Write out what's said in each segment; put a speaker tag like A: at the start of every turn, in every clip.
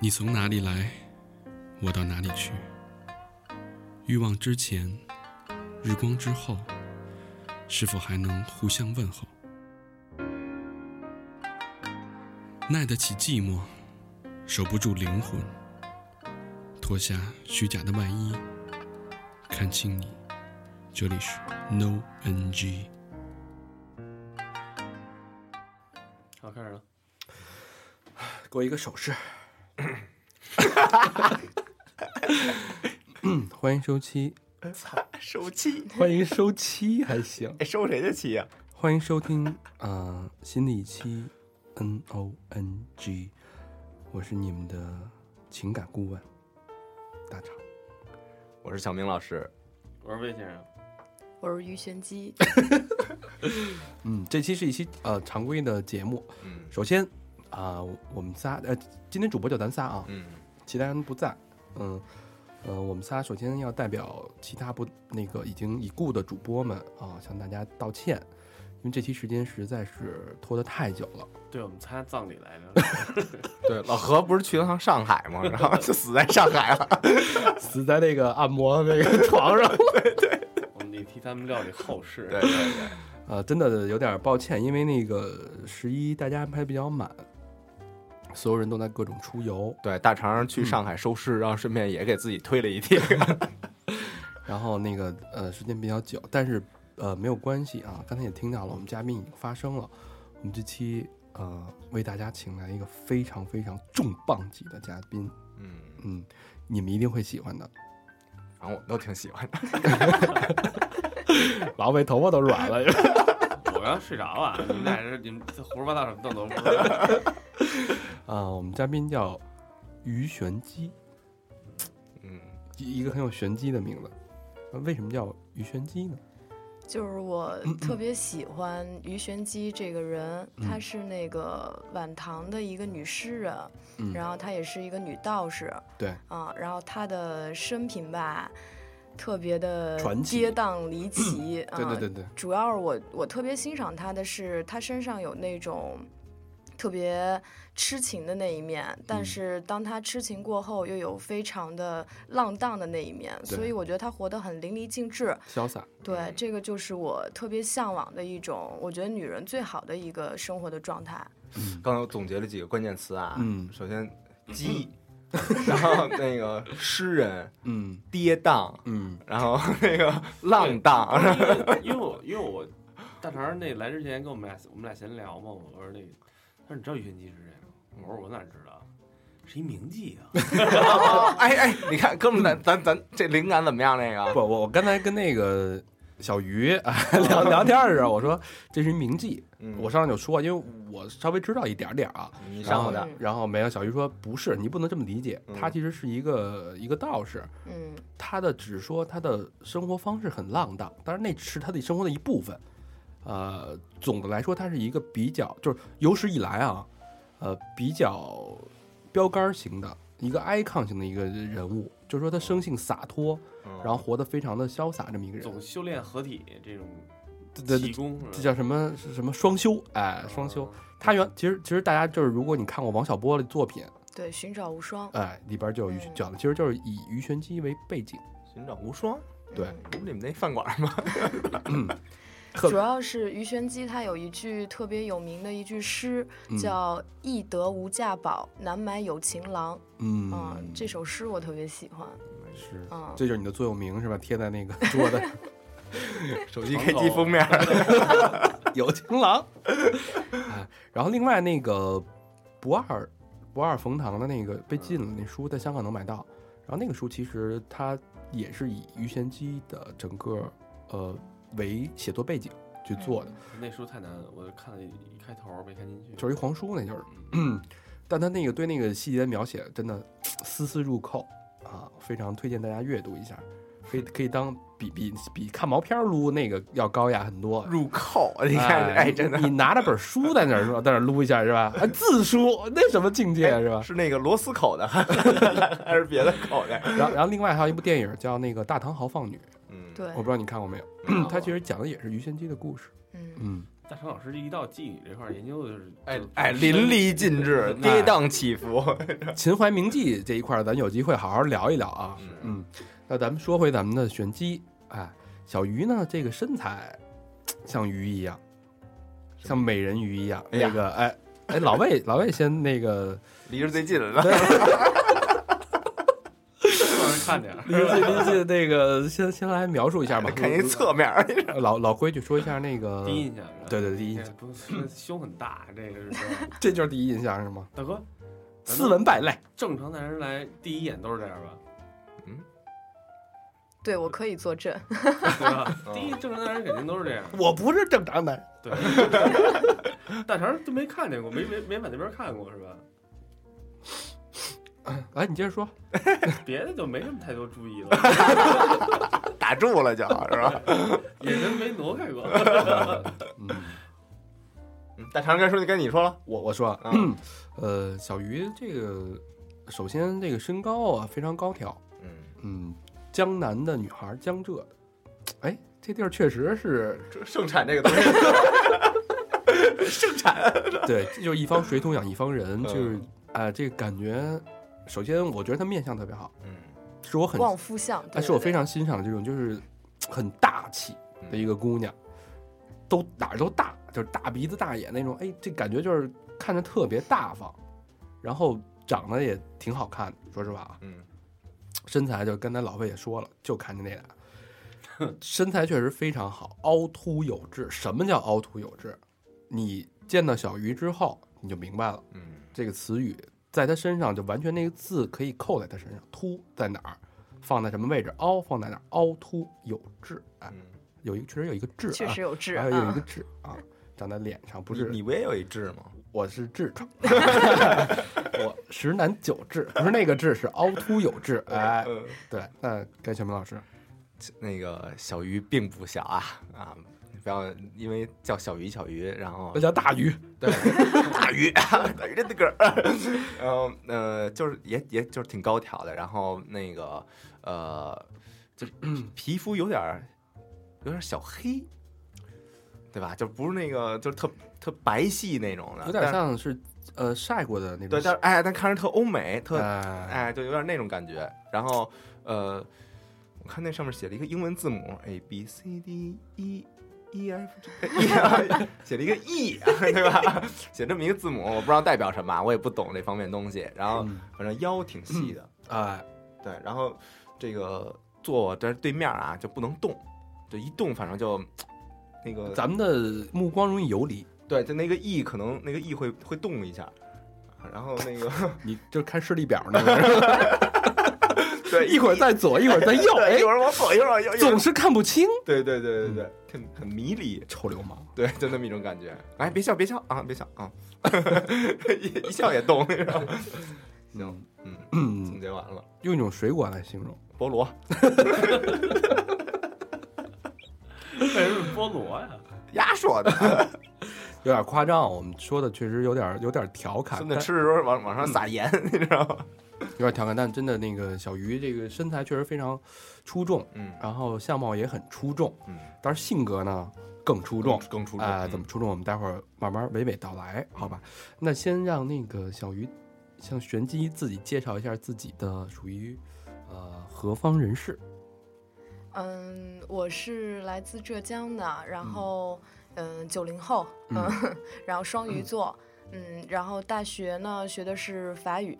A: 你从哪里来，我到哪里去。欲望之前，日光之后，是否还能互相问候？耐得起寂寞，守不住灵魂。脱下虚假的外衣，看清你。这里是 No NG。
B: 好，开始了。
C: 给我一个手势。嗯欢迎收听，
B: 收气，
C: 欢迎收期还行，
B: 哎，收谁的气呀、
C: 欢迎收听啊、呃新的一期 N O N G，我是你们的情感顾问大厂。
D: 我是小明老师，
B: 我说魏先生，
E: 我是鱼 玄机，
C: 嗯，这期是一期呃常规的节目，
D: 嗯
C: 首先啊、我们仨呃今天主播就咱仨啊，
D: 嗯，
C: 其他人不在，嗯，呃，我们仨首先要代表其他不那个已经已故的主播们啊，向大家道歉，因为这期时间实在是拖得太久了。
B: 对我们参加葬礼来的，
D: 对，老何不是去了趟上海吗？然后就死在上海了。
C: 死在那个按摩那个 床上。
B: 我们得替他们料理后事。
D: 对对对，
C: 呃，真的有点抱歉，因为那个十一大家安排比较满，所有人都在各种出游，
D: 对大肠去上海收尸，然后顺便也给自己推了一地。
C: 然后那个呃时间比较久，但是呃没有关系啊，刚才也听到了，我们嘉宾已经发声了，我们这期呃为大家请来一个非常非常重磅级的嘉宾，
D: 嗯，
C: 嗯，你们一定会喜欢的。
D: 反正我们都挺喜欢的。
C: 老魏头发都软了，
B: 我刚睡着了，你们俩这你们这胡说八道什么都能不知道。
C: 啊，我们嘉宾叫于玄机，
D: 嗯，
C: 一一个很有玄机的名字。呃为什么叫于玄机呢？
E: 就是我
C: 嗯
E: 特别喜欢鱼玄机这个人，她是那个晚唐的一个女诗人，
C: 嗯
E: 然后她也是一个女道士
C: 对，
E: 啊，然后她的生平吧，特别的
C: 传奇嗯
E: 跌宕离奇啊，
C: 对对对对，
E: 主要是我我特别欣赏他的是，他身上有那种特别痴情的那一面，
C: 嗯
E: 但是当他痴情过后，又有非常的浪荡的那一面，
C: 对
E: 所以我觉得他活得很淋漓尽致。
C: 潇洒。
E: 对，这个就是我特别向往的一种，我觉得女人最好的一个生活的状态。
D: 刚才我总结了几个关键词啊，
C: 嗯
D: 首先鸡，然后那个诗人
C: 嗯
D: 跌宕，
C: 嗯，
D: 然后那个浪荡，
B: 因为因为我因为我大肠那来之前跟我们俩我们俩闲聊嘛，我说那个，他说你知道鱼玄机是谁吗？我说我哪知道，是一名妓啊。
D: 哎哎，你看哥们儿，咱咱咱这灵感怎么样？那个
C: 不，我我刚才跟那个小鱼啊 聊聊天儿的时候，我说这是一名妓，
D: 嗯
C: 我上来就说，因为我稍微知道一点儿点儿啊。
D: 你
C: 然
D: 上
C: 后
D: 过
E: 的
C: 呢，然后没有小鱼说不是，你不能这么理解，
D: 嗯
C: 他其实是一个一个道士，
E: 嗯，
C: 他的只是说他的生活方式很浪荡，当然那只是他的生活的一部分。呃，总的来说，他是一个比较就是有史以来啊，呃，比较标杆型的一个 icon 型的一个人物，就是说他生性洒脱，
D: 嗯
C: 然后活得非常的潇洒这么一个人。
B: 总修炼合体这种
C: 对对
B: 气
C: 对，
B: 功呃
C: 这
B: 是吧，
C: 叫什么什么双修？哎，双修。他原其实其实大家就是，如果你看过王小波的作品，
E: 对，寻找无双。
C: 哎，里边就有鱼
E: 嗯
C: 讲的，其实就是以鱼玄机为背景，
D: 寻找无双，
C: 对
E: 嗯
D: 不是你们那饭馆吗？
C: 特
E: 主要是鱼玄机，他有一句特别有名的一句诗，
C: 嗯
E: 叫“易得无价宝，难买有情郎”。
C: 嗯
E: 嗯，这首诗我特别喜欢。
C: 是
E: 嗯，
C: 这就是你的座右铭是吧？贴在那个 桌子上，
D: 手机 K T 封面，
C: 有情郎。哎，然后另外那个不二不二冯唐的那个被禁了那书，在香港能买到。然后那个书其实它也是以鱼玄机的整个呃为写作背景去做的，
B: 那书太难了，我看了一开头没看进去。
C: 就是一黄书那就是。
B: 嗯
C: 但他那个对那个细节的描写真的丝丝入扣啊，非常推荐大家阅读一下，可以可以当比比比看毛片儿撸那个要高雅很多。
D: 入扣， 你看，哎，真的
C: 你拿着本书在那儿说，在那儿撸一下是吧？啊，字书那什么境界啊是吧？
D: 是那个螺丝口的 还是别的口的？
C: 然后，然后另外还有一部电影叫那个《大唐豪放女》，
D: 嗯，
E: 对
C: 我，不知道你看过没有？它其实讲的也是鱼玄机的故事。
E: 嗯，
C: 嗯，
B: 大成老师这一到妓女这块儿研究的就是，
D: 哎
B: 就是
D: 哎，淋漓尽致，跌宕起伏。
C: 嗯秦淮名妓这一块儿，咱有机会好好聊一聊啊。
B: 是
C: 嗯，那咱们说回咱们的玄机，哎，小鱼呢，这个身材像鱼一样，像美人鱼一样。
D: 哎呀
C: 那个，哎哎，老魏，老魏先那个
D: 离着最近了，
B: 让人看啊点儿。
C: 离最离最那个，先先来描述一 下吧。
D: 看一侧面儿，
C: 老老规矩，说一下那个
B: 第一，印象是吧，
C: 对对，第一印
B: 这
C: 象，
B: 不是胸很大，这个是
C: 这就是第一印象是吗？
B: 大哥，咱
C: 斯文败类，
B: 正常男人来第一眼都是这样吧，
E: 对我可以作证。
B: 对
D: 嗯
B: 吧？第一 正常男人肯定都是这样，
C: 我不是正常 男。
B: 对。大肠都没看见过，没没没往那边看过是吧？嗯
C: 哎，你接着 说，
B: 别的就没什么太多注意了，
D: 打住了就，是吧？
B: 眼神没挪开过。
C: 嗯，
D: 嗯大长该说就该你说了。
C: 我我说啊，
D: 啊，
C: 呃，小鱼这个，首先这个身高啊非常高挑，
D: 嗯，
C: 嗯，江南的女孩，江浙，哎，这地儿确实 是
D: 这盛产这个东西，
C: 对，这就是一方水土养一方
B: 嗯
C: 人，就是啊、这个感觉，首先我觉得她面相特别好，
D: 嗯，
C: 是我很，
E: 望夫相，
C: 哎，
E: 对
C: 是我非
E: 对
C: 常欣赏的这种，就是很大气的一个姑娘，都哪儿都大，就是大鼻子大眼那种，哎，这感觉就是看着特别大方，然后长得也挺好看的，说实话啊，
D: 嗯，
C: 身材就刚才老魏也说了，就看见那俩，身材确实非常好，凹凸有致。什么叫凹凸有致？你见到小鱼之后，你就明白了
D: 嗯，
C: 这个词语在他身上就完全那个字可以扣在他身上，凸在哪儿，放在什么位置，凹放在哪儿，凹凸有致。哎，
D: 嗯
C: 有一个确实有一个致、啊，
E: 确实有痣
C: 还有有一
E: 啊
C: 个。痣啊，长在脸上，不
D: 你
C: 是
D: 你不也有一痣吗？
C: 我是痔疮，我十男九痔，不是那个痔，是凹凸有致。哎，
D: 嗯
C: 对，那该小明老师，
D: 那个小鱼并不小啊啊！你不要因为叫小鱼小鱼，然后
C: 那叫大鱼，
D: 对大鱼 大鱼这个儿， 然后呃就是也也就是挺高挑的，然后那个呃就是 皮肤有点儿有点儿小黑，对吧？就不是那个就是特特白皙那种的，
C: 有点
D: 但是
C: 像是呃晒过的那种。
D: 对，但是哎，但看着特欧美，特
C: 哎，
D: 哎，就有点那种感觉。然后，呃，我看那上面写了一个英文字母 A B C D E E F G，哎写了一个 E，对吧？写这么一个字母，我不知道代表什么，我也不懂这方面东西。然后，
C: 嗯
D: 反正腰挺细的，
C: 哎，
D: 对。然后这个坐我这对面啊，就不能动，就一动，反正就那个
C: 咱们的目光容易游离，
D: 对，就那个 E 可能那个 E 会会动一下。然后那个
C: 你就看视力表那个，
D: 对
C: 一会儿在左，一会儿在右，
D: 对
C: 哎
D: 一，会儿往左，一会儿往右，一会儿
C: 总是看不清，
D: 对对对对
C: 嗯
D: 对，很很迷离，
C: 臭流氓。
D: 对，就那么一种感觉。哎，别笑，别笑啊，别笑啊， 一一笑也动，你知道吗？行，嗯，总
C: 嗯，
D: 结完了，
C: 用一种水果来形容，
D: 菠萝
B: 为什么是菠萝呀？
D: 鸭说的，
C: 有点夸张啊。我们说的确实有点有点调侃，
D: 孙子
C: 但
D: 吃的时候往往上
C: 嗯
D: 撒盐，你知道吗？
C: 有点调侃，但真的那个小鱼这个身材确实非常出众，
D: 嗯
C: 然后相貌也很出众，
D: 嗯，
C: 但是性格呢更出
D: 出
C: 众。
D: 更出众嗯
C: 啊、怎么？ 出众？我们待会儿慢慢娓娓道来，好吧？那先让那个小鱼，向玄机自己介绍一下自己的属于，呃，何方人士？
E: 嗯，我是来自浙江的，然后嗯九零后，嗯， 然后双鱼座，嗯，然后大学呢学的是法语，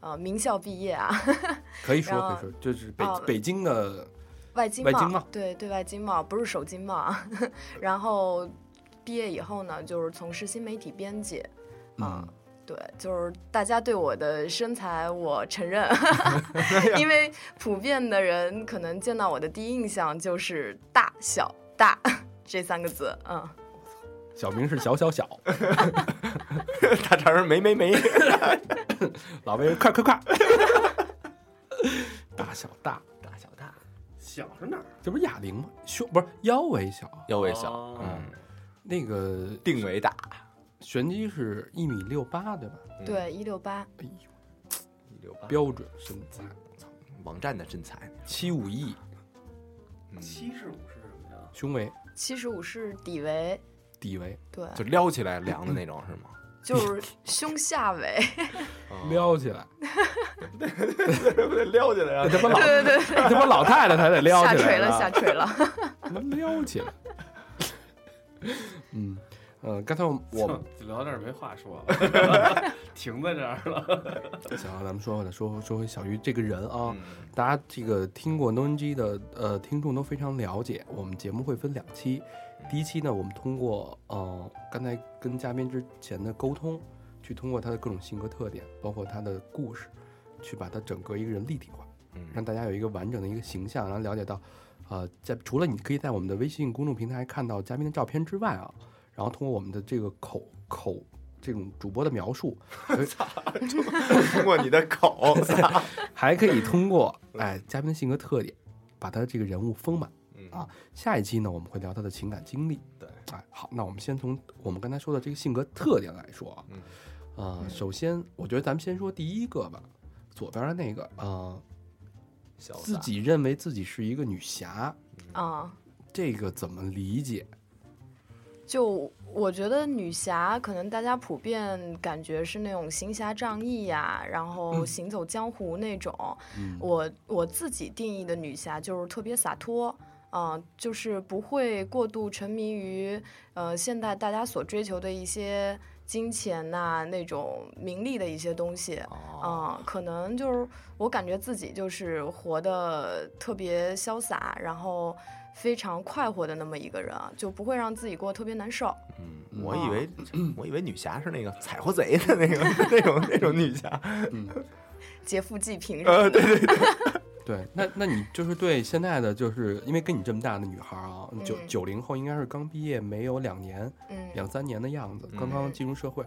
E: 呃，名校毕业啊，
C: 可以说，
E: 然后
C: 可以说，就是北、
E: 哦
C: 北京的，
E: 外经
C: 外
E: 贸，
C: 经贸
E: 对对外经贸，不是首经贸啊。 然后毕业以后呢，就是从事新媒体编辑，啊
C: 嗯，
E: 对，就是大家对我的身材，我承 认，因为普遍的人可能见到我的第一印象就是大小大 这三个字，嗯，
C: 小名是小小小，
D: 大肠儿没没没，
C: 老魏，快快快，大小大，
D: 大小大，
B: 小是哪儿？
C: 这不是哑铃吗？胸不是腰围小，
D: 腰围小，
B: 哦
D: 嗯，
C: 那个
D: 腚围大，
C: 玄机是一米六八，对吧？
D: 嗯，
E: 对，一六八，
C: 哎呦，
D: 一六八，
C: 标准身材，
D: 网站的身材，
C: 七五一
D: 嗯
B: 七十五是什么呀？
C: 胸围，
E: 七十五是底围，
C: 底围，
E: 对，
D: 就撩起来凉的那种是吗？
E: 就是胸下围，
D: 哦
C: 撩起来，
D: 得撩起来啊
C: 这他妈老
E: 对对对，
C: 这他妈老太太才得撩
E: 下
C: 起
E: 垂
C: 来
E: 了，下垂了。
C: 他妈撩起来。嗯呃，刚才我我
B: 就聊到这儿没话说了， 停在这儿了。
C: 想让咱们说回来，说回说回小鱼这个人
D: 嗯
C: 啊，大家这个听过 NoNG 的呃听众都非常了解，我们节目会分两期。第一期呢，我们通过呃刚才跟嘉宾之前的沟通，去通过他的各种性格特点，包括他的故事，去把他整个一个人立体化，让
D: 嗯
C: 大家有一个完整的一个形象，然后了解到，呃，在除了你可以在我们的微信公众平台看到嘉宾的照片之外啊，然后通过我们的这个口口这种主播的描述，
D: 嗯通过你的 口，
C: 还可以通 过哎嘉宾的性格特点，把他这个人物丰满。
D: 嗯
C: 啊下一期呢，我们会聊他的情感经历。
D: 对，
C: 哎，好，那我们先从我们刚才说的这个性格特点来说啊，
D: 嗯
C: 呃，
E: 嗯
C: 首先我觉得咱们先说第一个吧，左边的那个，呃，
D: 潇洒
C: 自己认为自己是一个女侠，
E: 啊、
C: 这个怎么理解？
E: 就我觉得女侠可能大家普遍感觉是那种行侠仗义呀、然后行走江湖那种。我我自己定义的女侠就是特别洒脱。啊、就是不会过度沉迷于，呃，现代大家所追求的一些金钱呐、那种名利的一些东西。
D: 哦，
E: 嗯，可能就是我感觉自己就是活得特别潇洒，然后非常快活的那么一个人啊，就不会让自己过得特别难受。
D: 嗯，我
E: 啊
D: 以为我以为女侠是那个采活贼的那个 那种那种女侠，
E: 劫富济贫什么
D: 呃，
E: 的，
D: 对对对，
C: 对，那那你就是对现在的，就是因为跟你这么大的女孩啊，九
E: 嗯
C: 九零后应该是刚毕业没有两年，
E: 嗯
C: 两三年的样子，
D: 嗯
C: 刚刚进入社会。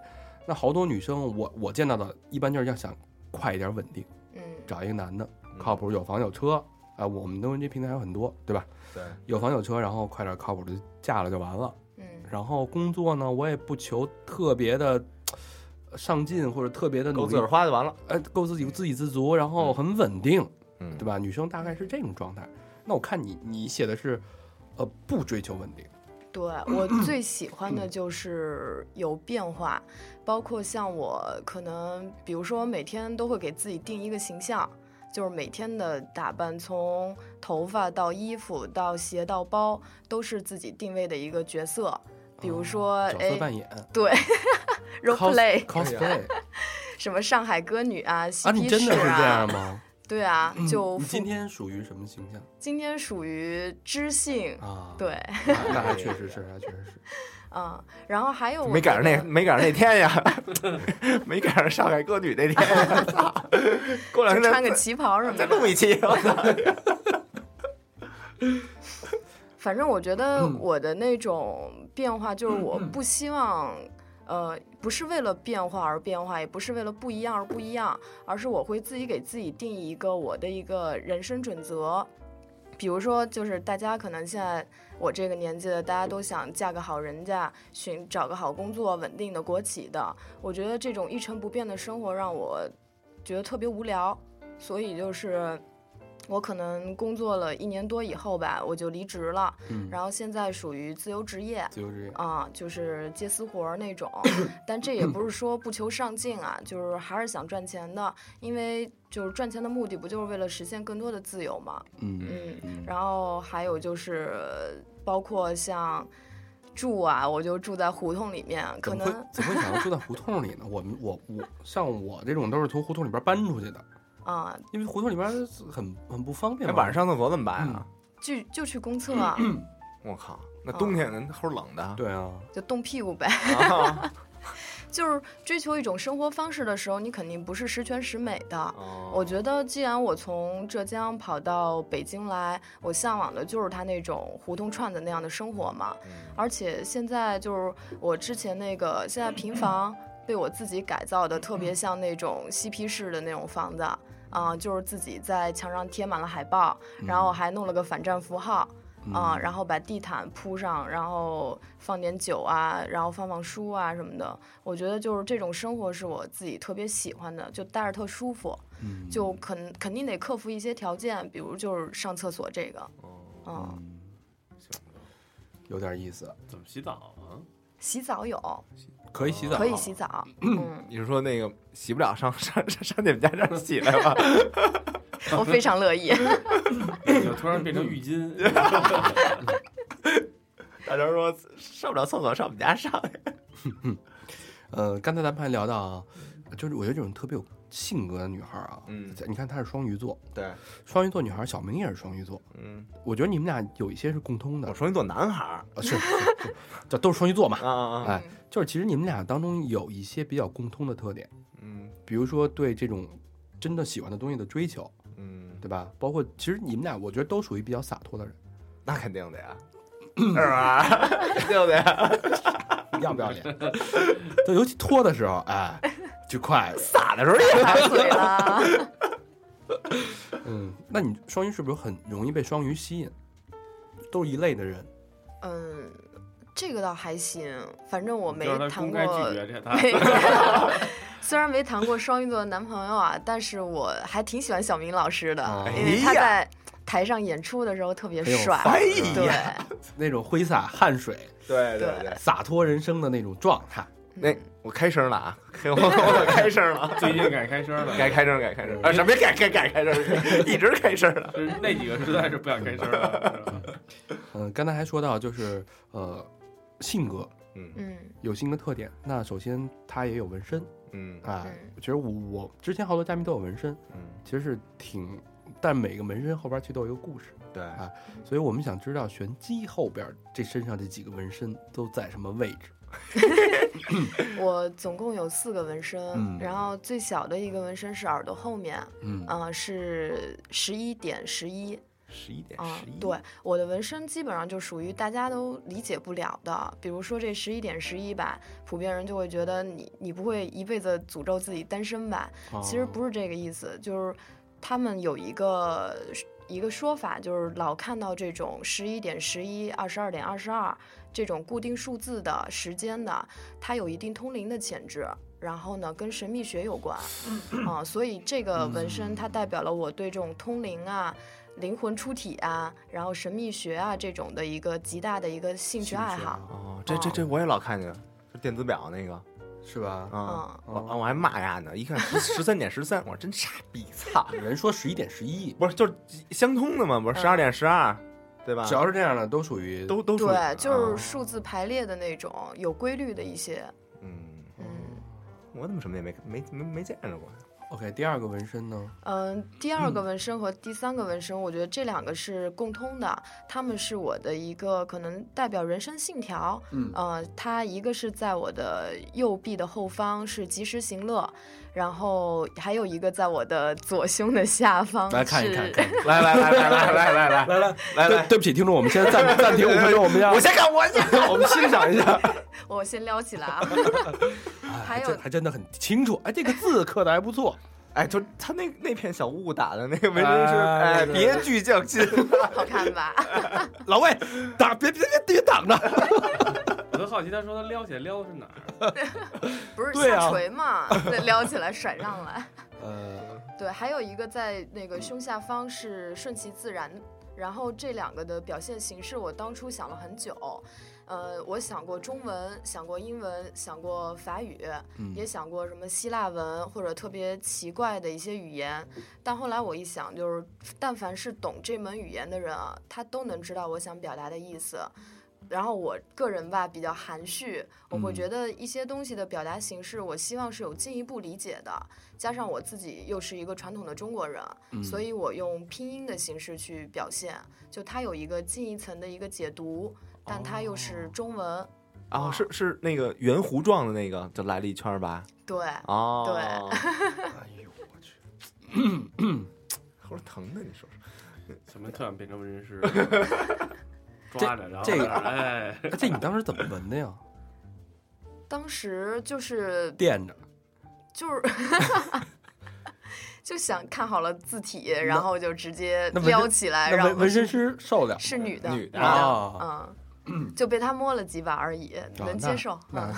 C: 那好多女生，我我见到的，一般就是要想快一点稳定，
E: 嗯，
C: 找一个男的靠谱，有房有车啊。我们的文这平台有很多，对吧？
D: 对，
C: 有房有车，然后快点靠谱的嫁了就完了。
E: 嗯
C: 然后工作呢，我也不求特别的呃上进或者特别的努
D: 够
C: 力
D: 自个儿，花就完了，
C: 呃，够自己自给自足，然后很稳定，
D: 嗯
C: 对吧？女生大概是这种状态。那我看你你写的是，呃，不追求稳定，
E: 对我最喜欢
C: 嗯
E: 的就是有变化，包括像我可能，比如说我每天都会给自己定一个形象，就是每天的打扮，从头发到衣服到鞋到包，都是自己定位的一个角色。比如说，
C: 哦嗯角色
E: 哎，
C: 扮演
E: 对
C: cos-
E: ，roleplay
C: cosplay
E: 什么上海歌女啊，嬉
C: 啊，你
E: 皮
C: 真
E: 士
C: 的是这
E: 啊
C: 样，吗？嗯
E: 对啊， 就
C: 你
E: 复
C: 今天属于什么形象
E: 今天属于知性，
C: 啊？，
E: 对，
C: 那还确实是，还确实是。
E: 嗯，然后还有我
D: 没赶上
E: 觉
D: 那
E: 得
D: 没赶上那天呀， 没赶上上海歌女那天呀， 操，过两
E: 就
D: 天
E: 穿
D: 再
E: 个旗袍什么
D: 再
E: 的，
D: 录一期，我操
E: 反正我觉得我的那种变化就是我不希望，呃，不是为了变化而变化，也不是为了不一样而不一样，而是我会自己给自己定义一个我的一个人生准则。比如说，就是大家可能现在我这个年纪的，大家都想嫁个好人家，寻找个好工作，稳定的国企的。我觉得这种一成不变的生活让我觉得特别无聊，所以就是我可能工作了一年多以后吧，我就离职了。
C: 嗯
E: 然后现在属于自由职业
C: 自由职业，
E: 啊，就是接私活 儿那种，但这也
C: 嗯
E: 不是说不求上进啊，就是还是想赚钱的，因为就是赚钱的目的不就是为了实现更多的自由嘛，
C: 嗯
E: 嗯，
C: 嗯
E: 然后还有就是包括像住啊，我就住在胡同里面，可
C: 怎么
E: 能
C: 会怎么会想要住在胡同里呢？我们我我像我这种都是从胡同里边搬出去的，
E: 啊，
C: 因为胡同里边很很不方便
D: 那
C: 嘛。
D: 晚上上厕所怎么办啊？
E: 就就去公 厕啊，
D: 我靠，那
E: 哦
D: 冬天那齁冷的，
C: 对啊，
E: 就冻屁股呗。
D: 啊，
E: 就是追求一种生活方式的时候，你肯定不是十全十美的，我
D: 哦
E: 觉得，既然我从浙江跑到北京来，我向往的就是他那种胡同串子那样的生活嘛。
D: 嗯
E: 而且现在就是我之前那个，现在平房被我自己改造的特别像那种嬉皮士的那种房子，啊、就是自己在墙上贴满了海报，然后还弄了个反战符号。啊、然后把地毯铺上，然后放点酒啊，然后放放书啊什么的。我觉得就是这种生活是我自己特别喜欢的，就待着特舒服。
C: 嗯
E: 就肯肯定得克服一些条件，比如就是上厕所这个，
D: 哦
E: 嗯，
C: 有点意思。
B: 怎么洗澡啊？
E: 洗澡有，
C: 可以洗澡，啊
E: 可以洗澡，嗯，
D: 你是说那个洗不了上 上上上你们家这儿洗来吧？
E: 我非常乐意。
B: 就突然变成浴 巾，
D: 大成说上不了厕所，上我们家上。
C: 呃，刚才咱们还聊到啊，就是我觉得这种特别有性格的女孩啊，
D: 嗯
C: 你看她是双鱼座，
D: 对，
C: 双鱼座女孩小明也是双鱼座，
D: 嗯，
C: 我觉得你们俩有一些是共通的
D: 我，双鱼座男孩儿
C: 呃是，是这都是双鱼座嘛，
D: 啊啊啊，
C: 哎，就是其实你们俩当中有一些比较共通的特点，
D: 嗯
C: 比如说对这种真的喜欢的东西的追求，
D: 嗯，
C: 对吧？包括其实你们俩，我觉得都属于比较洒脱的人，
D: 那肯定的呀，是吧？嗯 肯定的呀，
C: 要不要脸？ 就尤其脱的时候，哎，就快。
D: 打的时候也
E: 打嘴啦，
C: 嗯，那你双鱼是不是很容易被双鱼吸引？都是一类的人，
E: 嗯，这个倒还行，反正我没
B: 就是他
E: 谈
B: 公开
E: 过
B: 拒绝 这他。
E: 没虽然没谈过双鱼座的男朋友啊，但是我还挺喜欢小明老师的，
C: 哦
E: 因为他在台上演出的时候特别
C: 很有
E: 帅，
C: 范儿
E: 对，
C: 那种挥洒汗水、
D: 哎对
E: 对
D: 对。
C: 洒脱人生的那种状态。
E: 嗯
D: 那我开声了啊，开我 我开声了，
B: 最近改开声了，
D: 该开声改开声啊，什么改改改开声， 一直开声了。
B: 就是那几个实在是不想开声了，是吧
C: 嗯，刚才还说到就是呃，性格
D: 嗯
E: 嗯
C: 有性格特点。那首先他也有纹身
D: 嗯
C: 啊，
E: 嗯
C: 其实我我之前好多嘉宾都有纹身，
D: 嗯，
C: 其实是挺，但每个纹身后边其实都有一个故事，
D: 对，
C: 所以我们想知道玄机后边这身上这几个纹身都在什么位置。
E: 嗯，我总共有四个纹身，
C: 嗯
E: 然后最小的一个纹身是耳朵后面，
C: 嗯
E: 嗯、是十一点十一，
D: 十一点
E: 嗯
D: 十一，，
E: 对，我的纹身基本上就属于大家都理解不了的，比如说这十一点十一吧，普遍人就会觉得你你不会一辈子诅咒自己单身吧？其实不是这个意思，就是他们有一个一个说法，就是老看到这种十一点十一、二十二点二十二这种固定数字的时间的，它有一定通灵的潜质。然后呢，跟神秘学有关，啊、所以这个纹身它代表了我对这种通灵啊、灵魂出体啊，然后神秘学啊这种的一个极大的一个兴趣爱好，
D: 哦，这这这我也老看见，就电子表那个
C: 是吧？
D: 啊，
E: 嗯，
D: 我我还骂呀呢，一看十三点十三，我说真傻逼，操！
C: 有人说十一点十一，
D: 不是就是相通的嘛，不是十二点十二，对
E: 啊
D: 吧？
C: 只要是这样的都属于
D: 都都属于
E: 对，就是
D: 啊
E: 数字排列的那种有规律的一些，
D: 嗯，
E: 嗯。
D: 我怎么什么也没没没没见着过呀？
C: OK。第二个纹身呢？
E: 嗯，第二个纹身和第三个纹身，我觉得这两个是共通的，他们是我的一个可能代表人生信条。
C: 嗯
E: 呃，它一个是在我的右臂的后方是及时行乐，然后还有一个在我的左胸的下方
C: 来看一看，
E: 是
C: 看一看
D: 来来来来来来来
C: 来
D: 来
C: 来
D: 来
C: 对，
D: 来，
C: 对不起，听众，我们先 暂暂停五分钟，我们要
D: 我 先看我先看，我们欣赏一下。
E: 我先撩起 来啊。
C: 哎
E: 还有
C: 这还真的很清楚，哎，这个字刻的还不 错，
D: 哎，就他那那片小雾打的那个纹身师，
C: 哎
D: 哎，
C: 对
D: 别具匠心。
E: 好看吧？
C: 老魏挡，别别别别挡着，
B: 我都好奇他说他撩起来撩的是哪儿？
E: 不是
C: 对啊
E: 下垂嘛，再撩起来甩上来。
C: 呃，
E: 对，还有一个在那个胸下方是顺其自然。然后这两个的表现形式，我当初想了很久，呃，我想过中文，想过英文，想过法语，
C: 嗯
E: 也想过什么希腊文或者特别奇怪的一些语言。但后来我一想，就是但凡是懂这门语言的人啊，他都能知道我想表达的意思。然后我个人吧比较含蓄，我会
C: 嗯
E: 觉得一些东西的表达形式，我希望是有进一步理解的。加上我自己又是一个传统的中国人，
C: 嗯
E: 所以我用拼音的形式去表现，就它有一个近一层的一个解读，但它又是中文，
D: 哦，是是那个圆弧状的那个，就来了一圈儿吧？
E: 对，
D: 哦，
E: 对
B: 啊
D: 哎呦我去，后边疼的，你说说。
B: 怎么特想变成纹 身师？抓着，然后
C: 这个
B: 哎，
C: 哎这你当时怎么纹的 呀？
E: 当时就是
C: 垫着，
E: 就是 就想看好了字体，然后就直接
C: 那纹身
E: 撩起来，
C: 那
E: 然后
C: 纹纹身师受得了
E: 是女的，嗯
D: 女的
C: 啊
E: 嗯，就被他摸了几把而已，能接受。
C: 那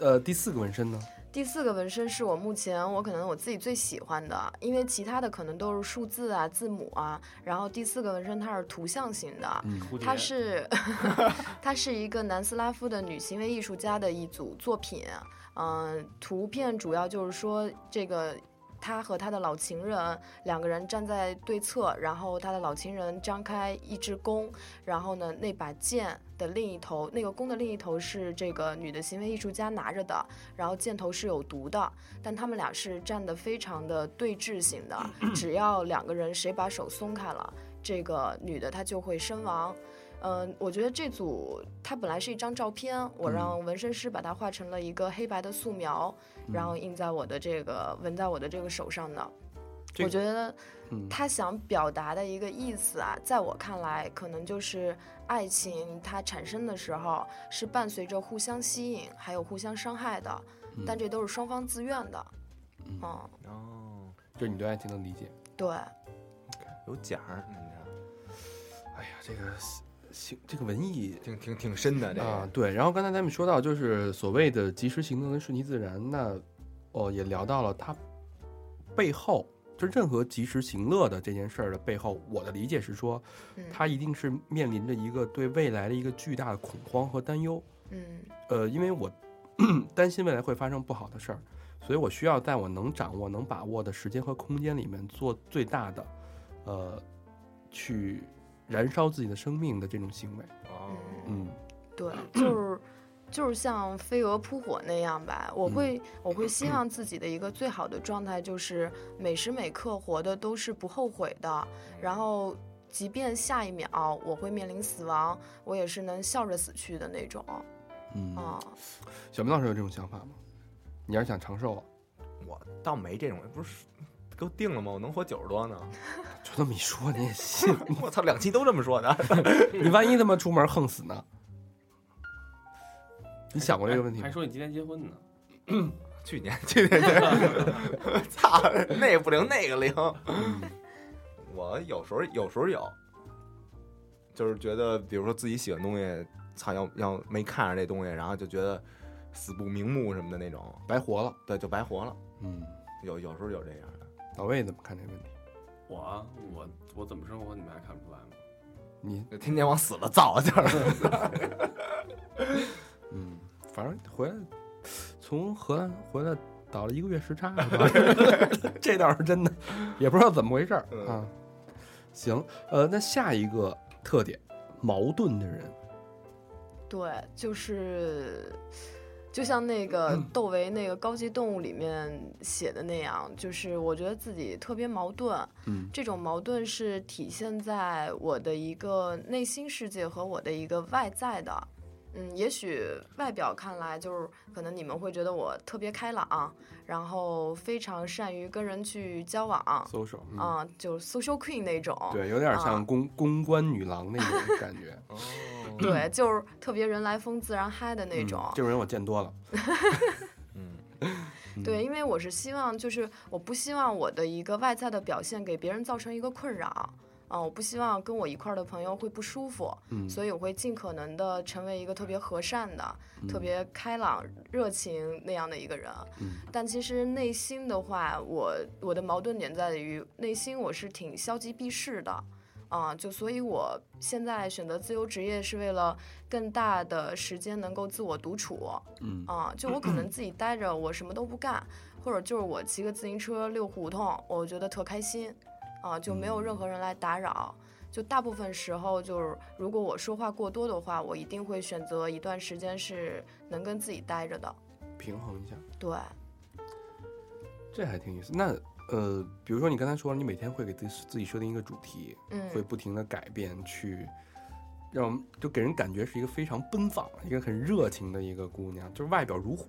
C: 那呃，第四个纹身呢？
E: 第四个纹身是我目前我可能我自己最喜欢的，因为其他的可能都是数字啊、字母啊，然后第四个纹身它是图像型
C: 嗯
E: 的，
B: 蝴蝶嗯
E: 它是 它是一个南斯拉夫的女行为艺术家的一组作品，嗯、图片主要就是说这个。她和她的老情人两个人站在对侧，然后她的老情人张开一支弓，然后呢，那把剑的另一头，那个弓的另一头是这个女的行为艺术家拿着的，然后箭头是有毒的，但他们俩是站得非常的对峙型的， 只要两个人谁把手松开了，这个女的她就会身亡。嗯、我觉得这组它本来是一张照片，
C: 嗯
E: 我让纹身师把它画成了一个黑白的素描，
C: 嗯
E: 然后印在我的这个纹在我的这个手上的。
C: 这
E: 我
C: 个
E: 觉得
C: 嗯
E: 他想表达的一个意思啊，在我看来，可能就是爱情它产生的时候是伴随着互相吸引，还有互相伤害的，
C: 嗯
E: 但这都是双方自愿的。
A: 嗯
E: 嗯，
D: 哦，
C: 这是你对爱情的理解。
E: 对，
D: 有奖儿，你看，
C: 哎呀，这个行，这个文艺
D: 挺挺挺深的这
E: 嗯
C: 啊
D: 个，，
C: 对。然后刚才咱们说到，就是所谓的及时行动跟顺其自然，那哦也聊到了它背后，就任何及时行乐的这件事儿的背后，我的理解是说，
E: 嗯
C: 它一定是面临着一个对未来的一个巨大的恐慌和担忧。
E: 嗯
C: 呃，因为我 担心未来会发生不好的事儿，所以我需要在我能掌握、能把握的时间和空间里面做最大的，呃，去燃烧自己的生命的这种行为。
D: 哦
E: 嗯。
C: 嗯
E: 对，就是就是像飞蛾扑火那样吧。我会、我 会希望自己的一个最好的状态就是每时每刻活的都是不后悔的，然后即便下一秒我会面临死亡，我也是能笑着死去的那种。
C: 嗯，
E: 啊，
C: 小明老师有这种想法吗？你要是想长寿，啊
D: 我倒没这种，不是给我定了吗？我能活九十多呢。
C: 就这么一说你也信？
D: 我操，两期都这么说的。
C: 你万一他妈出门横死呢？你想过这个问题
B: 哎还
C: 吗？
B: 说你今天结婚呢，
D: 去年， 去年， 操，那个不灵，那个灵。
C: 嗯
D: 我有时候有时候有，就是觉得，比如说自己喜欢东西，操，要要没看上这东西，然后就觉得死不瞑目什么的那种，
C: 白活了。
D: 对，就白活了。
C: 嗯，
D: 有有时候有这样的，
C: 老魏怎么看这个问题？
B: 我啊我我怎么生活你们还看不出来吗？
C: 你
D: 就天天往死了造，就是。
C: 嗯，反正回来从荷兰回来倒了一个月时差，是吧 这倒是真的，也不知道怎么回事儿
D: 嗯
C: 啊。行，呃，那下一个特点，矛盾的人，
E: 对，就是。就像那个
C: 嗯
E: 窦唯那个《高级动物》里面写的那样，就是我觉得自己特别矛盾，
C: 嗯
E: 这种矛盾是体现在我的一个内心世界和我的一个外在的。嗯，也许外表看来就是可能你们会觉得我特别开朗，然后非常善于跟人去交往，啊、
C: ，social，、
E: 就是 social queen 那种。
C: 嗯对，有点像
E: 啊
C: 公、公关女郎那种感觉，
E: 对，就是特别人来疯自然嗨的那种。
C: 嗯这种人我见多了，
D: 嗯，
E: 对，因为我是希望，就是我不希望我的一个外在的表现给别人造成一个困扰，啊、我不希望跟我一块儿的朋友会不舒服，
C: 嗯
E: 所以我会尽可能的成为一个特别和善的、
C: 嗯
E: 特别开朗、热情那样的一个人。但其实内心的话，我我的矛盾点在于内心我是挺消极避世的。啊、就所以，我现在选择自由职业是为了更大的时间能够自我独处，
C: 嗯
E: 啊，就我可能自己待着，我什么都不干，或者就是我骑个自行车溜胡同，我觉得特开心，啊，就没有任何人来打扰。就大部分时候，就是如果我说话过多的话，我一定会选择一段时间是能跟自己待着的。
C: 平衡一下，
E: 对，
C: 这还挺有意思。那呃，比如说你刚才说你每天会给自己自己设定一个主题，
E: 嗯，
C: 会不停的改变，去让就给人感觉是一个非常奔放、一个很热情的一个姑娘，就是外表如火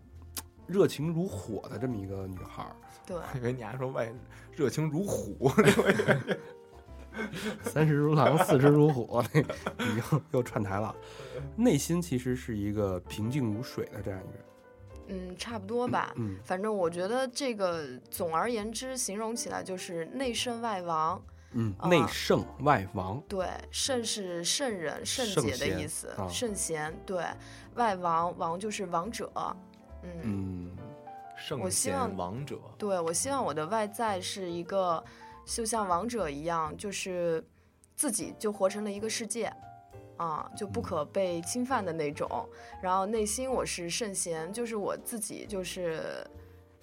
C: 热情如火的这么一个女孩儿。
E: 对，
D: 以为你还说外热情如虎，
C: 三十如狼，四十如虎，那 你又又串台了。内心其实是一个平静如水的这样一个人。
E: 嗯，差不多 吧。
C: 嗯
E: 反正我觉得这个，总而言之，形容起来就是内圣外王。啊
C: 嗯，内圣外王，
E: 对，圣是圣人、圣
C: 圣
E: 洁的
C: 贤
E: 意思
C: 啊，
E: 圣贤。对，外王王就是王者。嗯，
C: 嗯，
D: 圣
E: 我希
D: 贤
E: 望
D: 王者，
E: 对我希望我的外在是一个，就像王者一样，就是自己就活成了一个世界，啊，就
C: 嗯
E: 不可被侵犯的那种。然后内心我是圣贤，就是我自己就是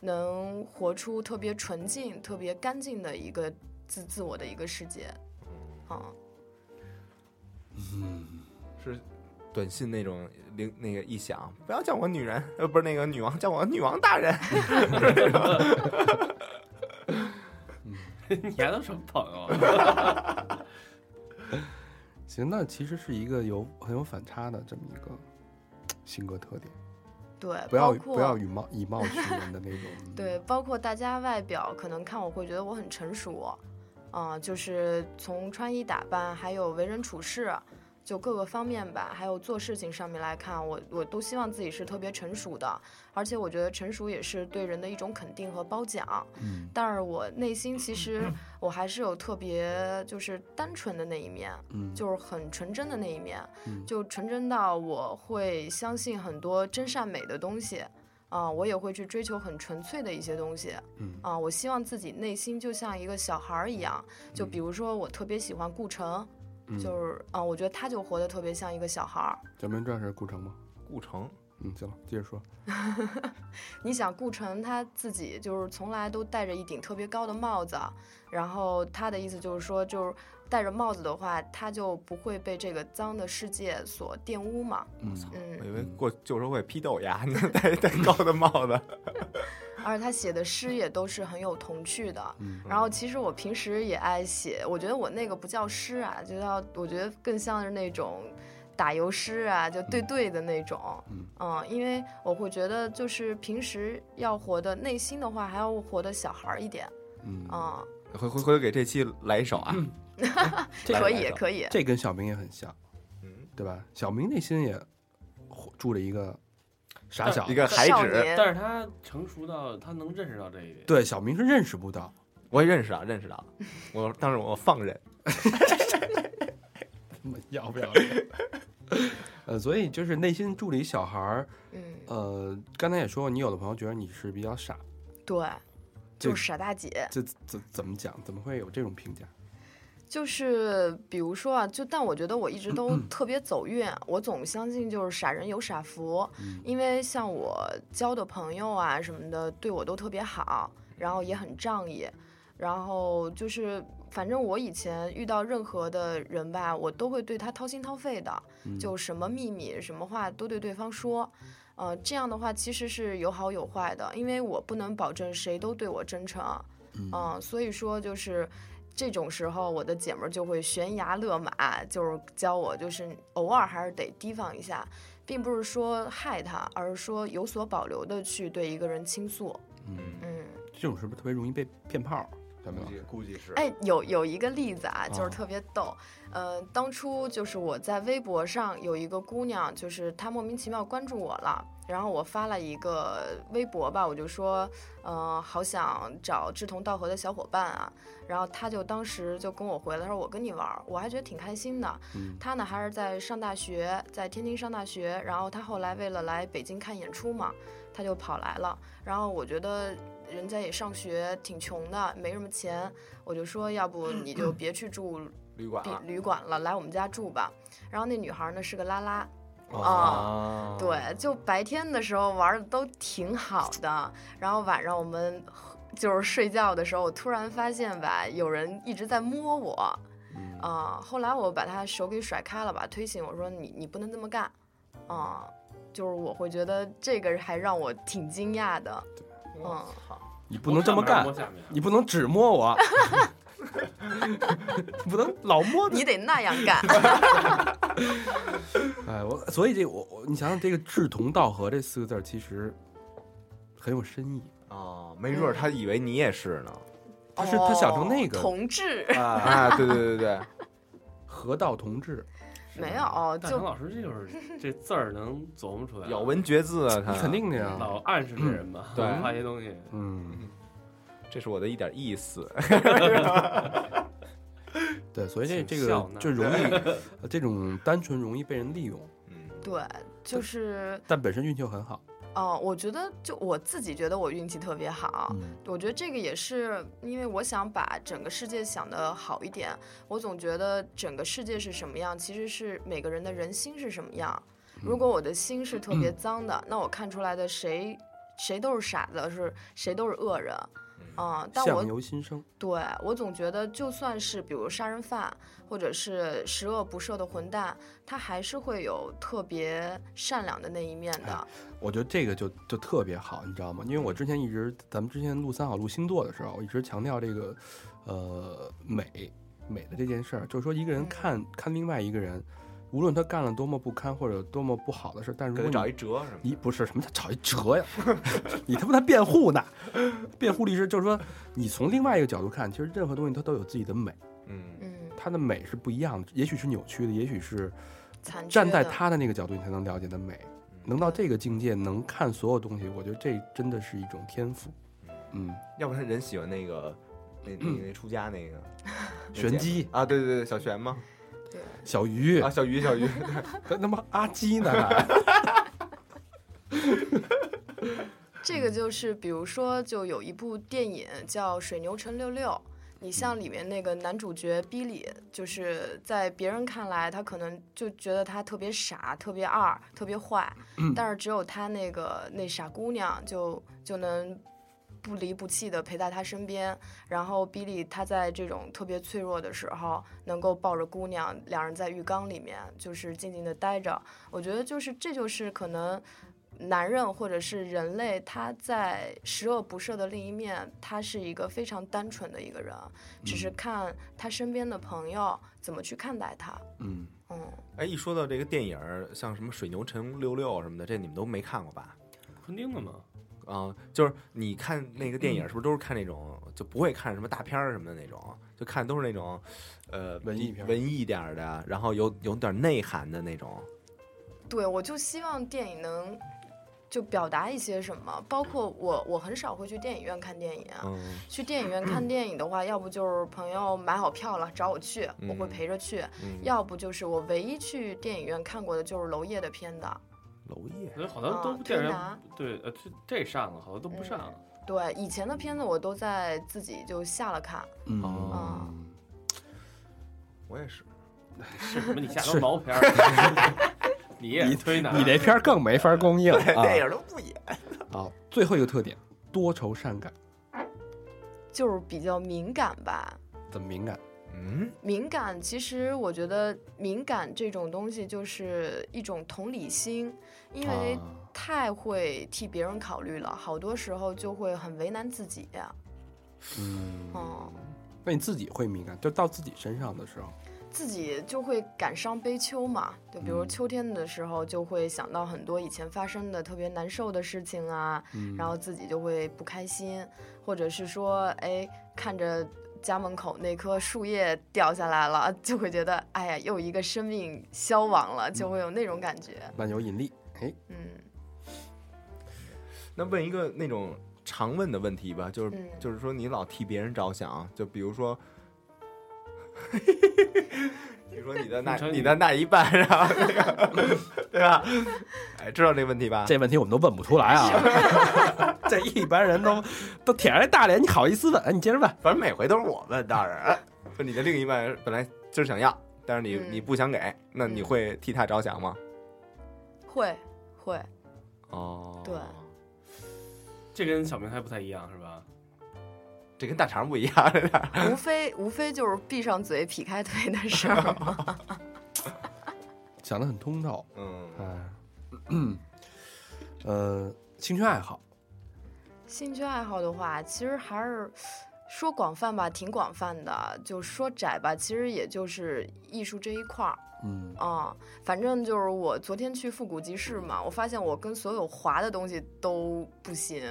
E: 能活出特别纯净、特别干净的一个自自我的一个世界，
C: 嗯
E: 啊，
D: 是短信那种铃那个一响，不要叫我女人，呃，不是那个女王，叫我女王大人。
B: 你还能什么朋 友啊？
C: 行，那其实是一个有很有反差的这么一个性格特点，
E: 对，
C: 不要
E: 包括
C: 不要以貌以貌取人的那种。
E: 对，包括大家外表可能看我会觉得我很成熟，啊、就是从穿衣打扮，还有为人处事，就各个方面吧，还有做事情上面来看，我我都希望自己是特别成熟的，而且我觉得成熟也是对人的一种肯定和褒奖。
C: 嗯
E: 但是我内心其实我还是有特别就是单纯的那一面，
C: 嗯，
E: 就是很纯真的那一面，
C: 嗯
E: 就纯真到我会相信很多真善美的东西，啊、我也会去追求很纯粹的一些东西，
C: 嗯
E: 啊、我希望自己内心就像一个小孩儿一样，就比如说我特别喜欢顾城，
C: 嗯
E: 就是啊、我觉得他就活得特别像一个小孩儿。
C: 咱们这是顾城吗？
D: 顾城，
C: 嗯，行了，接着说。
E: 你想顾城他自己就是从来都戴着一顶特别高的帽子，然后他的意思就是说，就是戴着帽子的话，他就不会被这个脏的世界所玷污嘛。
C: 嗯
E: 嗯
D: 我以为过旧社会批斗呀， 你戴戴高的帽子，
E: 而且他写的诗也都是很有童趣的。
C: 嗯
E: 然后其实我平时也爱写，我觉得我那个不叫诗啊，就叫我觉得更像是那种打油诗啊，就对对的那种。
C: 嗯
E: 因为我会觉得就是平时要活的内心的话，还要活的小孩儿一点。
C: 嗯，
E: 嗯，
D: 回回回头给这期来一首啊， 来
E: 可
D: 来
E: 以
D: 吧
E: 可以。
C: 这跟小明也很像，
D: 嗯，
C: 对吧？小明内心也活住着一个傻小
D: 一
C: 子。
D: 个海
E: 少
D: 指，
E: 年
B: 但是他成熟到他能认识到这一点。
C: 对，小明是认识不到，
D: 我也认识啊，认识到， 我但是我放任，
C: 他妈要不要脸？嗯 呃，所以就是内心住着一小孩儿。
E: 嗯，
C: 呃，刚才也说过，你有的朋友觉得你是比较傻，
E: 对，就
C: 这
E: 是傻大姐。
C: 这怎怎么讲？怎么会有这种评价？
E: 就是比如说啊，就但我觉得我一直
C: 嗯
E: 都特别走运，我总相信就是傻人有傻福，
C: 嗯
E: 因为像我交的朋友啊什么的，对我都特别好，然后也很仗义，然后就是反正我以前遇到任何的人吧，我都会对他掏心掏肺的，
C: 嗯
E: 就什么秘密什么话都对对方说。呃，这样的话其实是有好有坏的，因为我不能保证谁都对我真诚，嗯、所以说就是这种时候，我的姐们儿就会悬崖勒马，就是教我，就是偶尔还是得提防一下，并不是说害他，而是说有所保留的去对一个人倾诉。
D: 嗯，
E: 嗯，
C: 这种是不是特别容易被骗炮？小明，
D: 估计是
E: 哎，有有一个例子啊，就是
C: 哦
E: 特别逗。呃，当初就是我在微博上有一个姑娘，就是她莫名其妙关注我了，然后我发了一个微博吧，我就说，呃，好想找志同道合的小伙伴啊。然后她就当时就跟我回了，她说我跟你玩儿，我还觉得挺开心的。
C: 嗯
E: 她呢还是在上大学，在天津上大学，然后她后来为了来北京看演出嘛，她就跑来了。然后我觉得人家也上学挺穷的，没什么钱，我就说要不你就别去住
D: 旅馆
E: 旅
D: 啊
E: 旅馆了，来我们家住吧。然后那女孩呢是个拉拉，
D: 哦
C: 嗯
D: 啊，
E: 哦对，就白天的时候玩的都挺好的，然后晚上我们喝就是睡觉的时候，我突然发现吧，有人一直在摸我，啊、
C: 嗯
E: 后来我把他手给甩开了吧，推醒我说你你不能这么干，啊、就是我会觉得这个还让我挺惊讶的，嗯
D: 我操，
C: 你不能这么干
B: 摸，下面啊
C: 你不能只摸我，你不能老摸
E: 你得那样 干，
C: 哎，我所以这我我你想想这个志同道合这四个字儿其实很有深意，
D: 哦，没准儿他以为你也是呢，
C: 他是他想成那
E: 哦
C: 个
E: 同志
D: 啊，对对对对，
C: 河道同志，
E: 没
B: 大
E: 有就
B: 成老师 这就是这字儿能琢磨出 来，
D: 咬文嚼字啊，他
C: 你肯定的呀，
B: 老暗示这人吧，
D: 对
B: 画些东西。
C: 嗯，
D: 这是我的一点意 思，
C: 对，所以这
B: 挺
C: 这个
B: 像呢
C: 就容易呃这种单纯容易被人利用，
D: 嗯，
E: 对，就是
C: 但本身运气又很好，
E: 哦，我觉得就我自己觉得我运气特别好，
F: 嗯
E: 我觉得这个也是因为我想把整个世界想得好一点。我总觉得整个世界是什么样，其实是每个人的人心是什么样。
C: 嗯
E: 如果我的心是特别脏的，那我看出来的谁谁都是傻子，是谁都是恶人。
D: 嗯
E: 啊、但我
C: 相由心生，
E: 对我总觉得，就算是比如杀人犯，或者是十恶不赦的混蛋，他还是会有特别善良的那一面的。
C: 我觉得这个就就特别好，你知道吗？因为我之前一直，咱们之前录三好录星座的时候，我一直强调这个，呃，美美的这件事儿，就是说一个人
E: 嗯
C: 看看另外一个人，无论他干了多么不堪或者多么不好的事儿，但如
D: 给
C: 果
D: 他
C: 你
D: 找一辙什么
C: 你
D: 的。
C: 不是什么叫找一辙呀？ 你他妈在辩护呢？辩护律师就是说，你从另外一个角度看，其实任何东西它都有自己的美，
D: 嗯，
E: 嗯，
C: 它的美是不一样的，也许是扭曲的，也许是
E: 残缺
C: 站在
E: 的
C: 他的那个角度，你才能了解的美。能到这个境界，能看所有东西，我觉得这真的是一种天赋。嗯，
D: 要不然人喜欢那个那那那出家那 个那姐
C: 玄机
D: 们啊，对对对，小玄吗？
E: 对，
C: 小鱼
D: 啊，，小鱼小鱼，
C: 跟他妈阿基呢？
E: 这个就是，比如说，就有一部电影叫《水牛城六六》，你像里面那个男主角比利，就是在别人看来，他可能就觉得他特别傻、特别二、特别坏，但是只有他那个那傻姑娘就就能。不离不弃的陪在他身边，然后比利他在这种特别脆弱的时候，能够抱着姑娘，两人在浴缸里面就是静静的待着。我觉得就是这就是可能男人或者是人类，他在十恶不赦的另一面，他是一个非常单纯的一个人，只是看他身边的朋友怎么去看待他。
C: 嗯，
E: 嗯，
D: 哎，一说到这个电影儿，像什么《水牛城六六》什么的，这你们都没看过吧？
B: 昆汀的嘛，
D: 啊、就是你看那个电影，是不是都是看那种、就不会看什么大片儿什么的那种，就看都是那种，呃，
C: 文艺片儿
D: 文艺一点儿的，然后有有点内涵的那种。
E: 对，我就希望电影能就表达一些什么，包括我，我很少会去电影院看电影。啊
D: 嗯
E: 去电影院看电影的话，要不就是朋友买好票了找我去，我会
D: 嗯
E: 陪着去；
D: 嗯，
E: 要不就是我唯一去电影院看过的就是娄烨的片子，
D: 娄烨
B: 所以好多
E: 啊
B: 都电影
E: 推拿
B: 院对呃这这上了，好多都不上了。
E: 对，以前的片子我都在自己就下了看。
C: 嗯
D: 哦
E: 嗯
D: 我也是，
B: 是什么？你下
C: 是
B: 都毛 片儿，你也推拿，
C: 你这片儿更没法供应啊。
D: 电影都不演。
C: 好，最后一个特点，多愁善感，
E: 就是比较敏感吧。
C: 怎么敏感？
D: 嗯，
E: 敏感，其实我觉得敏感这种东西就是一种同理心，因为
C: 啊
E: 太会替别人考虑了，好多时候就会很为难自己。
C: 嗯，
E: 嗯，
C: 那你自己会敏感，就到自己身上的时候，
E: 自己就会感伤悲秋嘛，就比如秋天的时候，就会想到很多以前发生的特别难受的事情啊，
C: 嗯
E: 然后自己就会不开心，或者是说，哎，看着家门口那棵树叶掉下来了，就会觉得，哎呀，又一个生命消亡了，就会有那种感觉。
C: 万有引力。哎，
E: 嗯
D: 那问一个那种常问的问题吧，就是、
E: 嗯
D: 就是说你老替别人着想，就比如说。 比如说你的那
B: 你成
D: 你的那一半，然后那个 对吧？哎，知道这个问题吧？
C: 啊这问题我们都问不出来啊， 这一般人都都舔着大脸，你好意思问？哎，你接着问。
D: 反正每回都是我问，当然，就你的另一半本来就是想要，但是你、
E: 嗯
D: 你不想给，那你会替他着想吗？
E: 嗯会会，
D: 哦
E: 对，
B: 这跟小明还不太一样是吧？
D: 这跟大肠不一样， 这点儿
E: 无非无非就是闭上嘴劈开腿的事儿嘛。
C: 想得很通透，
D: 嗯，
C: 哎，呃，兴趣爱好，
E: 兴趣爱好的话，其实还是说广泛吧，挺广泛的；就说窄吧，其实也就是艺术这一块儿。
C: 嗯，
E: 啊、反正就是我昨天去复古集市嘛，我发现我跟所有滑的东西都不行，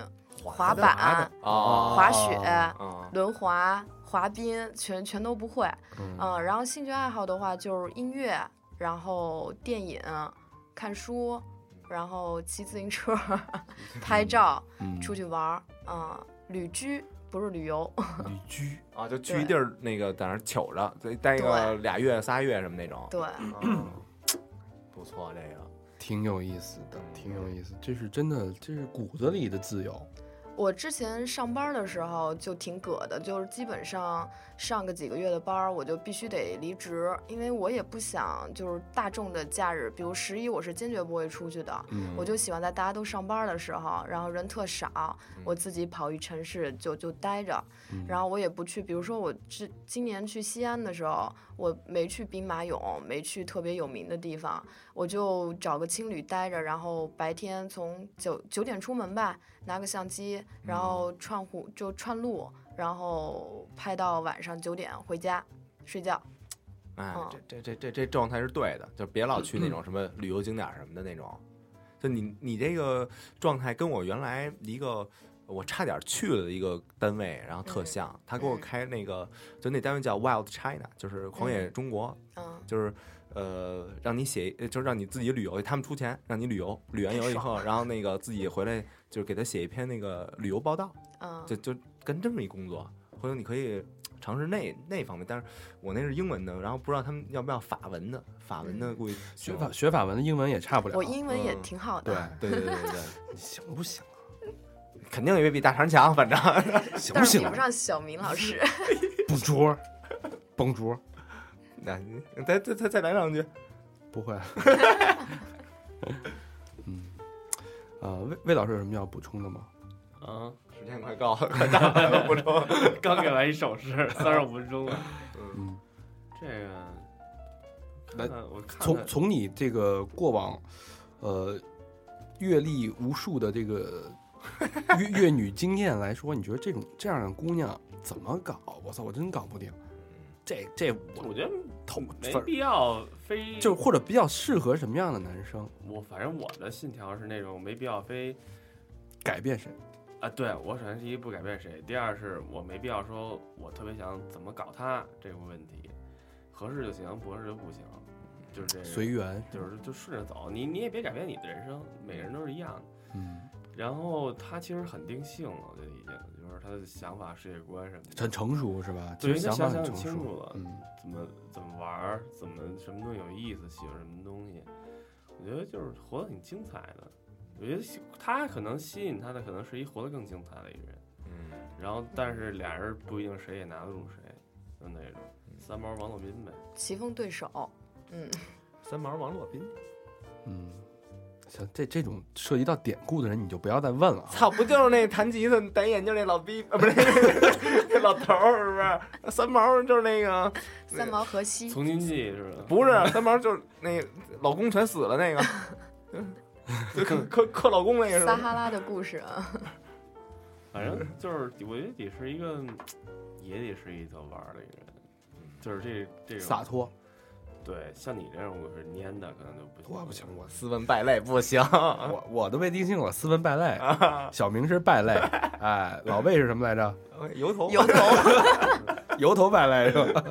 E: 滑板、
D: 哦，
E: 滑雪、
D: 哦，
E: 轮滑、滑冰，全全都不会。嗯、然后兴趣爱好的话就是音乐，然后电影、看书，然后骑自行车、 拍照、嗯
C: 嗯
E: 出去玩儿，啊、旅居不是旅游，
C: 旅居，
D: 啊，就去一地儿那个在那儿糗着，所以待个
E: 对
D: 俩月仨月什么那种，
E: 对。
D: 嗯哦，不错这个，
C: 挺有意思的，挺有意思。这是真的，这是骨子里的自由。
E: 我之前上班的时候就挺葛的，就是基本上上个几个月的班儿，我就必须得离职，因为我也不想就是大众的假日，比如十一，我是坚决不会出去的。
C: 嗯，
E: 我就喜欢在大家都上班的时候，然后人特少，我自己跑一城市就就待着，
C: 嗯
E: 嗯然后我也不去，比如说我这今年去西安的时候，我没去兵马俑，没去特别有名的地方，我就找个青旅待着，然后白天从九九点出门吧，拿个相机，然后
C: 嗯
E: 串湖就串路，然后拍到晚上九点回家睡觉。
D: 哎
E: 嗯，
D: 这这这这这状态是对的，就别老去那种什么旅游景点儿什么的那种。就你你这个状态跟我原来一个我差点去了的一个单位，然后特
E: 嗯
D: 像。他给我
E: 嗯
D: 开那个，就那单位叫 Wild China，就是狂野中国，
E: 嗯，
D: 就是呃让你写，呃就是让你自己旅游，他们出钱让你旅游，旅完游以后，然后那个自己回来就是给他写一篇那个旅游报道。
E: 嗯，
D: 就就跟这么一工作，回头你可以尝试那那方面。但是我那是英文的，然后不知道他们要不要法文的，法文的估计
C: 学
D: 行
C: 法学法文的英文也差不了。
E: 我英文也
D: 嗯
E: 挺好的。
D: 对对对对 对
C: 行不行？
D: 对，肯定也比大肠强，反正
C: 行不
E: 但是
C: 行
E: 比？不上小明老 师，
C: 蹦桌，蹦桌，
D: 那你再再再再来两句，
C: 不会。 嗯，啊，魏魏老师有什么要补充的吗？
B: 啊，
D: 时间快到了，快到了，不中。
B: 刚给完一手势，三十五分钟了。
C: 嗯，
B: 这个，
C: 来
B: 看看我看
C: 从
B: 看
C: 从你这个过往，呃，阅历无数的这个越 越女经验来说，你觉得这种这样的姑娘怎么搞？我操，我真搞不定。这这我
B: 我觉得
C: 头
B: 嗯没
C: 反
B: 必要非
C: 就是或者比较适合什么样的男生
B: 我，反正我的信条是那种没必要非
C: 改变谁？
B: 啊，对我首先第一不改变谁，第二是我没必要说我特别想怎么搞他这个问题，合适就行，不合适就不行，就是这个，
C: 随缘。
B: 就是就顺着走，你你也别改变你的人生，每个人都是一样的。
C: 嗯，
B: 然后他其实很定性了，我觉得已经就是他的想法、世界观什么的，
C: 很成熟是吧？
B: 对
C: 其实
B: 因为
C: 法
B: 想
C: 很
B: 想
C: 成
B: 清楚
C: 熟
B: 了
C: 嗯，
B: 怎么怎么玩儿，怎么什么东西有意思，喜欢什么东西，我觉得就是活得挺精彩的。我觉得他可能吸引他的可能是一活得更精彩的一个人，
D: 嗯，
B: 然后但是俩人不一定谁也拿得住谁，就那种三毛王洛宾呗。
E: 棋逢对手。嗯，
D: 三毛王洛宾，
C: 嗯，行，这这种涉及到典故的人，你就不要再问了啊。
D: 操，不就是那弹吉他戴眼镜那老逼啊？不是 那老头儿，是不是？三毛就是那个，
E: 三毛河西。
B: 从军记是吧？
D: 不是啊三毛就是那老公全死了那 个，就克克克老公那个是
E: 撒
D: 吧？
E: 哈拉的故事啊，
B: 反正
C: 嗯
B: 就是我觉得得是一个，也得是一个玩儿的一个人，就是这这
C: 嗯
B: 种
C: 洒脱，
B: 对，像你这种我是蔫的，可能就不行。
C: 我不行，我
D: 斯文败类不行，
C: 我我的未定性，我斯文败类，
D: 啊
C: 小明是 败类，哎，老魏是什么来着？
D: 呃油头
E: 油头
C: 油头败类是 吧？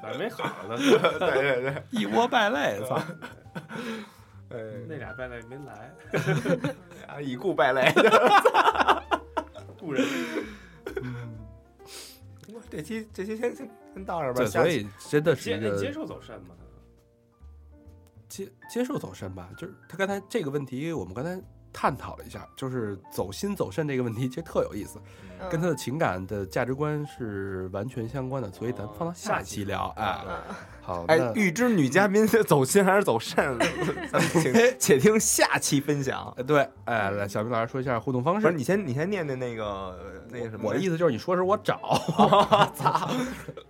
B: 反正没好的，那
D: 对对对，
C: 一窝败类，操！
B: 那俩败类没来，
D: 哎呀，呃已故败 类。
B: 故人
D: 嗯这期这期先先先到这儿吧，
C: 对，
D: 下
C: 所
D: 期
C: 以真的是
B: 接
C: 一个
B: 接受走肾嘛。
C: 接接受走肾吧，就是他刚才这个问题，我们刚才探讨了一下，就是走心走肾这个问题，其实特有意思，
E: 嗯
C: 跟他的情感的价值观是完全相关的，所以咱
D: 哦
C: 放到下一期聊。
E: 嗯
C: 哎，好，
D: 哎
C: 那，
D: 预知女嘉宾是走心还是走肾， 咱们请且听下期分享。
C: 哎对，哎，来，小明老师说一下互动方
D: 不是
C: 式。
D: 你先你先念念那个那个什么，
C: 我的意思就是你说是我找，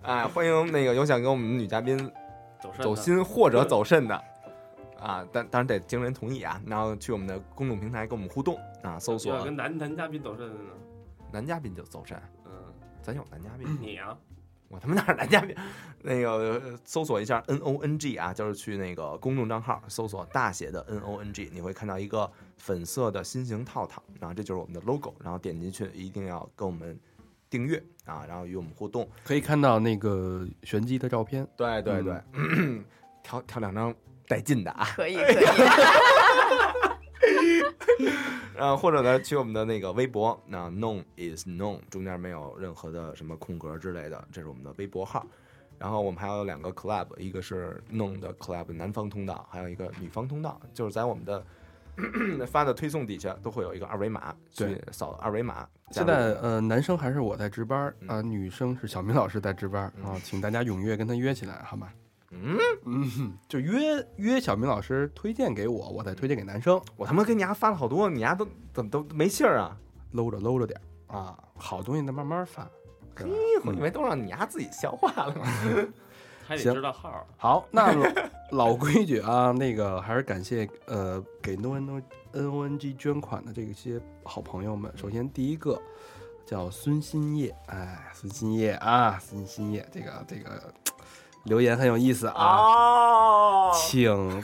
D: 哎，欢迎那个有想跟我们女嘉宾
B: 走肾，
D: 走，心或者走肾的。啊，但当然得经人同意啊，然后去我们的公众平台跟我们互动啊，搜
B: 要
D: 索
B: 跟男男嘉宾走肾的呢。
D: 男嘉宾就走肾，
B: 嗯，
D: 咱有男嘉宾吗。
B: 你啊，
D: 我他妈哪儿来嘉宾？那个呃搜索一下 N O N G 啊，就是去那个公众账号搜索大写的 N O N G，你会看到一个粉色的心形套套，然后这就是我们的 logo，然后点进去一定要跟我们订阅啊，然后与我们互动。
C: 可以看到那个玄机的照片。
D: 对
C: 对对，
D: 嗯 挑挑两张带劲的啊，
E: 可以
C: 哎
E: 可以，
D: 然呃后或者呢去我们的那个微博，那 known is known，中间没有任何的什么空格之类的，这是我们的微博号。然后我们还有两个 club，一个是弄的 club 南方通道，还有一个女方通道，就是在我们的发的 推送底下都会有一个二维码，
C: 对
D: 去扫二维码。
C: 现
D: 加入
C: 在呃，男生还是我在值班儿
D: 嗯
C: 啊、女生是小明老师在值班儿
D: 嗯
C: 啊、请大家踊跃跟他约起来，好吗？
D: 嗯，
C: 就约约小明老师推荐给我，我再推荐给男生，
D: 我他妈给你丫发了好多，你丫都怎么都没信儿啊？
C: 搂着搂着点儿啊，好东西再慢慢发。对吧
D: 一会儿你们都让你丫自己消化了。
B: 还得
C: 行
B: 知道号儿。
C: 好，那老规矩啊，那个还是感谢呃给 No N O 呃 N O N G 捐款的这些好朋友们。首先第一个叫孙新叶，哎，孙新叶啊，孙新叶，这个这个留言很有意思啊，
D: 哦
C: 请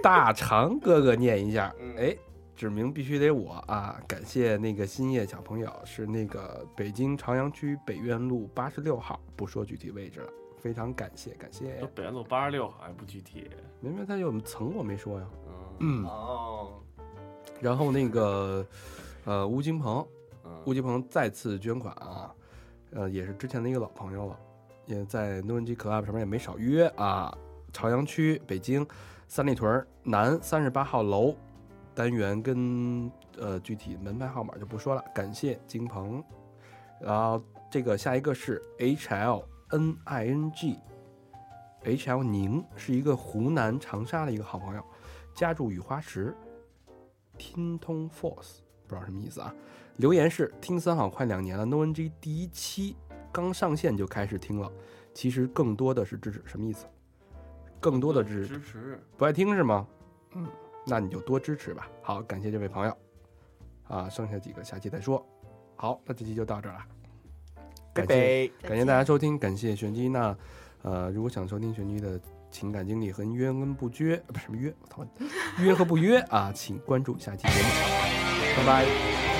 C: 大长哥哥念一下
D: 嗯。
C: 哎，指名必须得我啊！感谢那个新叶小朋友，是那个北京朝阳区北苑路八十六号，不说具体位置了。非常感谢，感谢。
B: 都北安路八十六好像不具体，
C: 明明他有层我没说呀。
B: 嗯
C: 嗯，
D: 哦，
C: 然后那个呃，吴金鹏，
B: 嗯，
C: 吴金鹏再次捐款啊，呃，也是之前的一个老朋友了，也在 No N G Club 上面也没少约啊。朝阳区北京三里屯儿南三十八号楼单元跟呃具体门牌号码就不说了，感谢金鹏。然后这个下一个是 H L N I N G。H L 宁是一个湖南长沙的一个好朋友，家住雨花石，听通 Force 不知道什么意思啊。留言是听三好快两年了，No N G 第一期刚上线就开始听了，其实更多的是支持，什么意思？更多的支持
B: 支持，
C: 不爱听是吗？嗯，那你就多支持吧。好，感谢这位朋友，啊，剩下几个下期再说。好，那这期就到这儿了，感
D: 拜
C: 谢
D: 拜。
E: 再
C: 感谢
E: 见
C: 大家收听，感谢玄机。那呃，如果想收听玄机的情感经历和约跟不约，呃不是什么约，我操，约和不约啊，请关注下期节目，拜拜。